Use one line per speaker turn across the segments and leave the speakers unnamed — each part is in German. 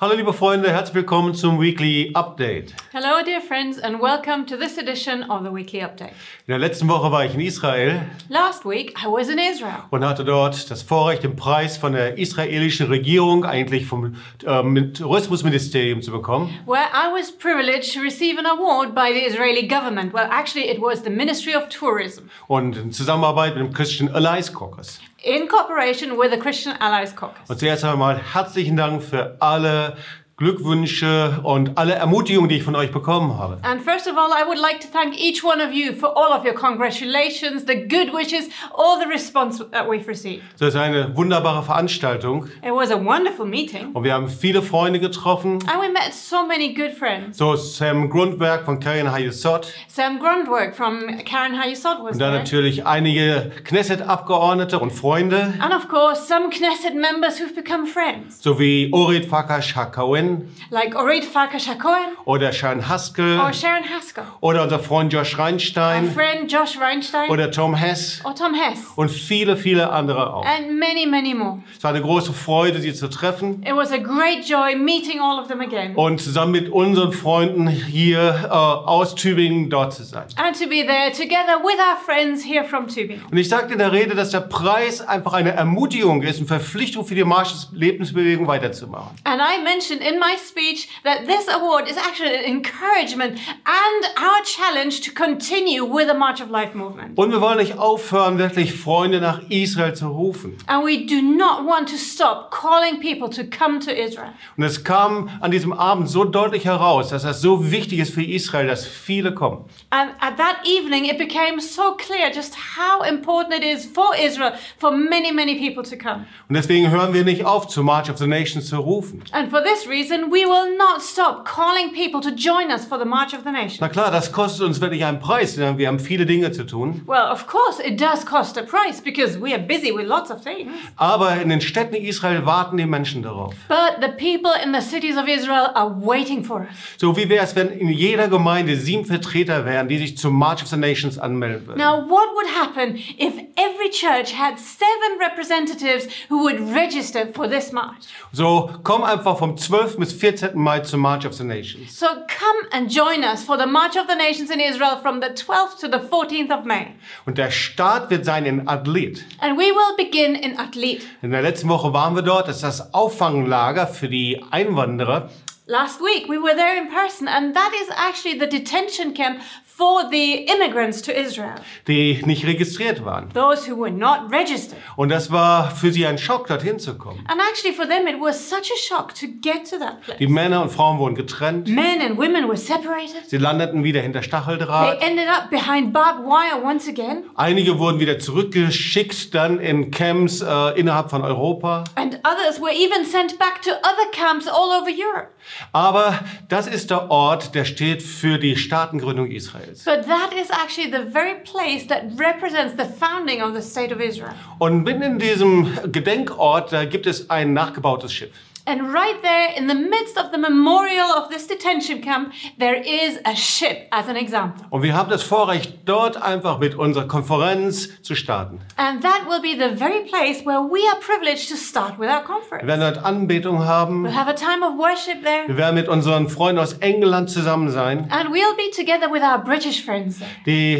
Hallo liebe Freunde, herzlich willkommen zum Weekly Update.
Hello, dear friends, and welcome to this edition of the Weekly Update.
In der letzten Woche war ich in Israel
Last week, I was in Israel,
und hatte dort das Vorrecht, den Preis von der israelischen Regierung, eigentlich vom ähm, Tourismusministerium zu bekommen.
where I was privileged to receive an award by the Israeli government. Well, actually, it was the Ministry of Tourism
Und in Zusammenarbeit mit dem Christian Allies Caucus.
in cooperation with the Christian Allies Caucus.
Und zuerst einmal herzlichen Dank für alle Glückwünsche und alle Ermutigungen, die ich von euch bekommen habe.
And first of all, I would like to thank each one of you for all of your congratulations, the good wishes, all the response that we've received.
Das ist eine wunderbare Veranstaltung
It was a wonderful meeting,
und wir haben viele Freunde getroffen.
and we met so many good friends.
So Sam Grundberg von Karen Hayesot
Sam Grundwerk from Karen Hayusot was
und dann
there.
natürlich einige Knesset-Abgeordnete und Freunde
And of course, some Knesset members who've become friends,
sowie Orit Fakash Hakawen
like Orit Fakashakoen
oder Sharon Haskell
or Sharon Haskell,
oder unser Freund Josh
Oh, our
Reinstein
friend Josh Reinstein,
oder Tom Hess
or Tom Hess,
und viele, viele andere auch.
and many, many more.
Es war eine große Freude, sie zu treffen
It was a great joy meeting all of them again
und zusammen mit unseren Freunden hier äh, aus Tübingen dort zu sein.
and to be there together with our friends here from Tubingen.
Und ich sagte in der Rede, dass der Preis einfach eine Ermutigung ist und Verpflichtung für die Marsch der Lebensbewegung weiterzumachen.
And I mentioned in my speech that this award is actually an encouragement and our challenge to continue with the March of Life movement.
Und wir wollen nicht aufhören, wirklich Freunde nach Israel zu rufen.
And we do not want to stop calling people to come to Israel.
Und es kam an diesem Abend so deutlich heraus, dass das so wichtig ist für Israel, dass viele kommen.
And at that evening, it became so clear just how important it is for Israel for many, many people to come.
Und deswegen hören wir nicht auf, zu March of the Nations zu rufen.
And for this reason, we will not stop calling people to join us for the March of the
Na
Nations.
klar, das kostet uns wirklich einen Preis, denn wir haben viele Dinge zu tun.
Well, of course, it does cost a price because we are busy with lots of things.
Aber in den Städten Israel warten die Menschen darauf.
But the people in the cities of Israel are waiting for us.
So wie wäre es, wenn in jeder Gemeinde sieben Vertreter wären, die sich zum March of the Nations anmelden würden.
Now, what would happen if every church had seven representatives who would register for this march?
So komm einfach vom 12. bis 14. Mai zum March of the Nations.
So come and join us for the March of the Nations in Israel from the 12th to the 14th of May.
Und der Start wird sein in Adlit.
And we will begin in Atlit.
In der letzten Woche waren wir dort. Das ist das Auffanglager für die Einwanderer.
Last week we were there in person, and that is actually the detention camp for the immigrants to Israel,
die nicht registriert waren.
those who were not registered.
Und das war für sie ein Schock, dorthin zu kommen.
And actually, for them, it was such a shock to get to that place.
Die Männer und Frauen wurden getrennt.
Men and women were separated.
Sie landeten wieder hinter
They
Stacheldraht.
ended up behind barbed wire once again,
Einige wurden wieder zurückgeschickt, dann in Camps äh, innerhalb von Europa.
and others were even sent back to other camps all over Europe.
Aber das ist der Ort, der steht für die Staatengründung Israels.
But that is actually the very place that represents the founding of the state of Israel.
Und mitten in diesem Gedenkort, da gibt es ein nachgebautes Schiff.
And right there, in the midst of the memorial of this detention camp, there is a ship as an example.
Und wir haben das Vorrecht, dort einfach mit unserer Konferenz zu starten.
And that will be the very place where we are privileged to start with
Wir
our conference.
werden dort Anbetung haben.
We'll have a time of worship there,
Wir werden mit unseren Freunden aus England zusammen sein.
and we'll be together with our British friends there,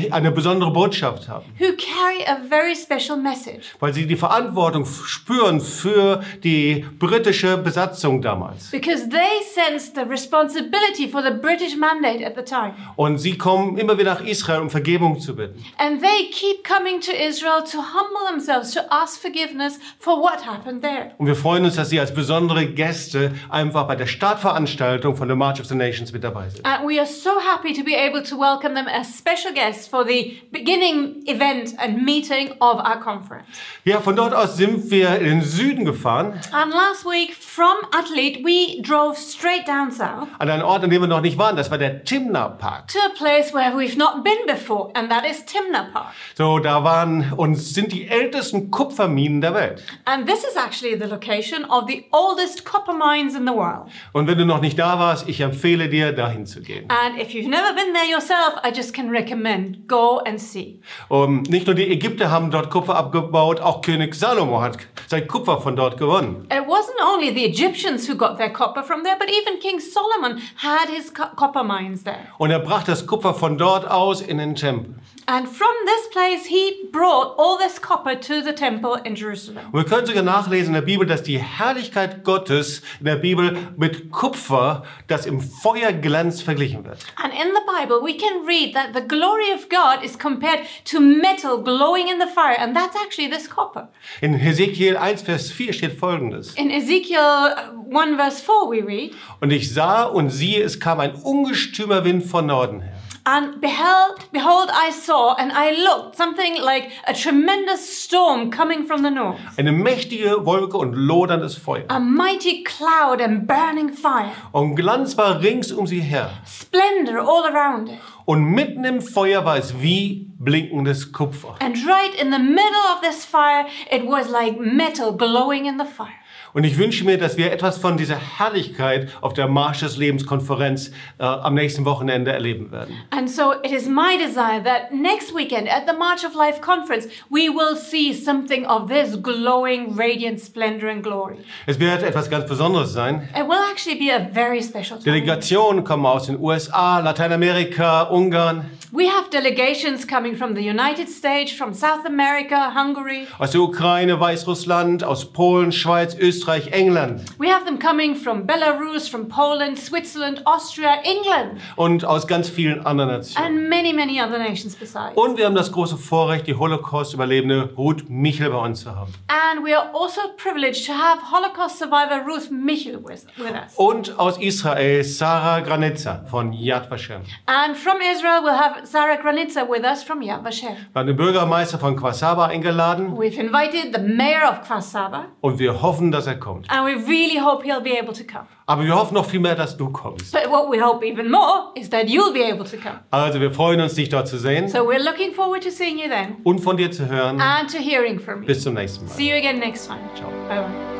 die eine besondere Botschaft haben,
who carry a very special message
weil sie die Verantwortung f- spüren für die britische Besatzung damals.
because they sensed the responsibility for the British mandate at the time.
Und sie kommen immer wieder nach Israel, um Vergebung zu bitten.
And they keep coming to Israel to humble themselves, to ask forgiveness for what happened there.
Und wir freuen uns, dass sie als besondere Gäste einfach bei der Startveranstaltung von der March of the Nations mit dabei sind.
And we are so happy to be able to welcome them as special guests for the beginning event and meeting of our conference.
Ja, von dort aus sind wir in den Süden gefahren,
And last week from Athlete, we drove straight down south
an einen Ort, an dem wir noch nicht waren. Das war der Timna Park.
to a place where we've not been before, and that is Timna Park.
So, da waren und sind die ältesten Kupferminen der Welt.
And this is actually the location of the oldest copper mines in the world.
Und wenn du noch nicht da warst, ich empfehle dir, dahin zu gehen.
And if you've never been there yourself, I just can recommend go and see.
Um, nicht nur die Ägypter haben dort Kupfer abgebaut, auch König Salomo hat sein Kupfer von dort gewonnen.
It wasn't only the Egyptians who got their copper from there, but even King Solomon had his co- copper mines there.
Und er brachte das Kupfer von dort aus in den Tempel.
And from this place, he brought all this copper to the temple in Jerusalem.
Und wir können sogar nachlesen in der Bibel, dass die Herrlichkeit Gottes in der Bibel mit Kupfer, das im Feuerglanz verglichen wird.
And in the Bible, we can read that the glory of God is compared to metal glowing in the fire, and that's actually this copper.
In Hesekiel 1, Vers 4 steht folgendes.
In Ezekiel uh, 1, verse 4, we read,
Und ich sah und siehe, es kam ein ungestümer Wind von Norden her.
And beheld, behold, I saw, and I looked, something like a tremendous storm coming from the north,
Eine mächtige Wolke und loderndes Feuer.
a mighty cloud and burning fire,
Und Glanz war rings um sie her.
splendor all around it.
Und mitten im Feuer war es wie blinkendes Kupfer.
And right in the middle of this fire, it was like metal glowing in the fire.
Und ich wünsche mir, dass wir etwas von dieser Herrlichkeit auf der Marsch des Lebens Konferenz äh, am nächsten Wochenende erleben werden.
And so it is my desire that next weekend at the March of Life conference, we will see something of this glowing, radiant splendor and glory.
Es wird etwas ganz Besonderes sein.
It will actually be a very special time.
Delegationen kommen aus den USA, Lateinamerika, Ungarn,
We have delegations coming from the United States, from South America, Hungary.
aus der Ukraine, Weißrussland, aus Polen, Schweiz, Österreich, England
We have them coming from Belarus, from Poland, Switzerland, Austria, England,
und aus ganz vielen anderen Nationen.
and many, many other nations besides.
Und wir haben das große Vorrecht, die Holocaust-Überlebende Ruth Michel bei uns zu haben.
And we are also privileged to have Holocaust survivor Ruth Michel with, with us.
Und aus Israel Sarah Granitzer von Yad Vashem.
And from Israel, we'll have Sarah Granitza with us from Yad Vashem.
Wir haben den Bürgermeister von Quasaba eingeladen
We've invited the mayor of Kfar Saba,
und wir hoffen, dass er kommt.
and we really hope he'll be able to come.
Aber wir hoffen noch viel mehr, dass du kommst.
But what we hope even more is that you'll be able to come.
Also wir freuen uns, dich dort zu sehen
So we're looking forward to seeing you then
und von dir zu hören.
and to hearing from you.
Bis zum nächsten Mal.
See you again next time.
Ciao.
Bye bye.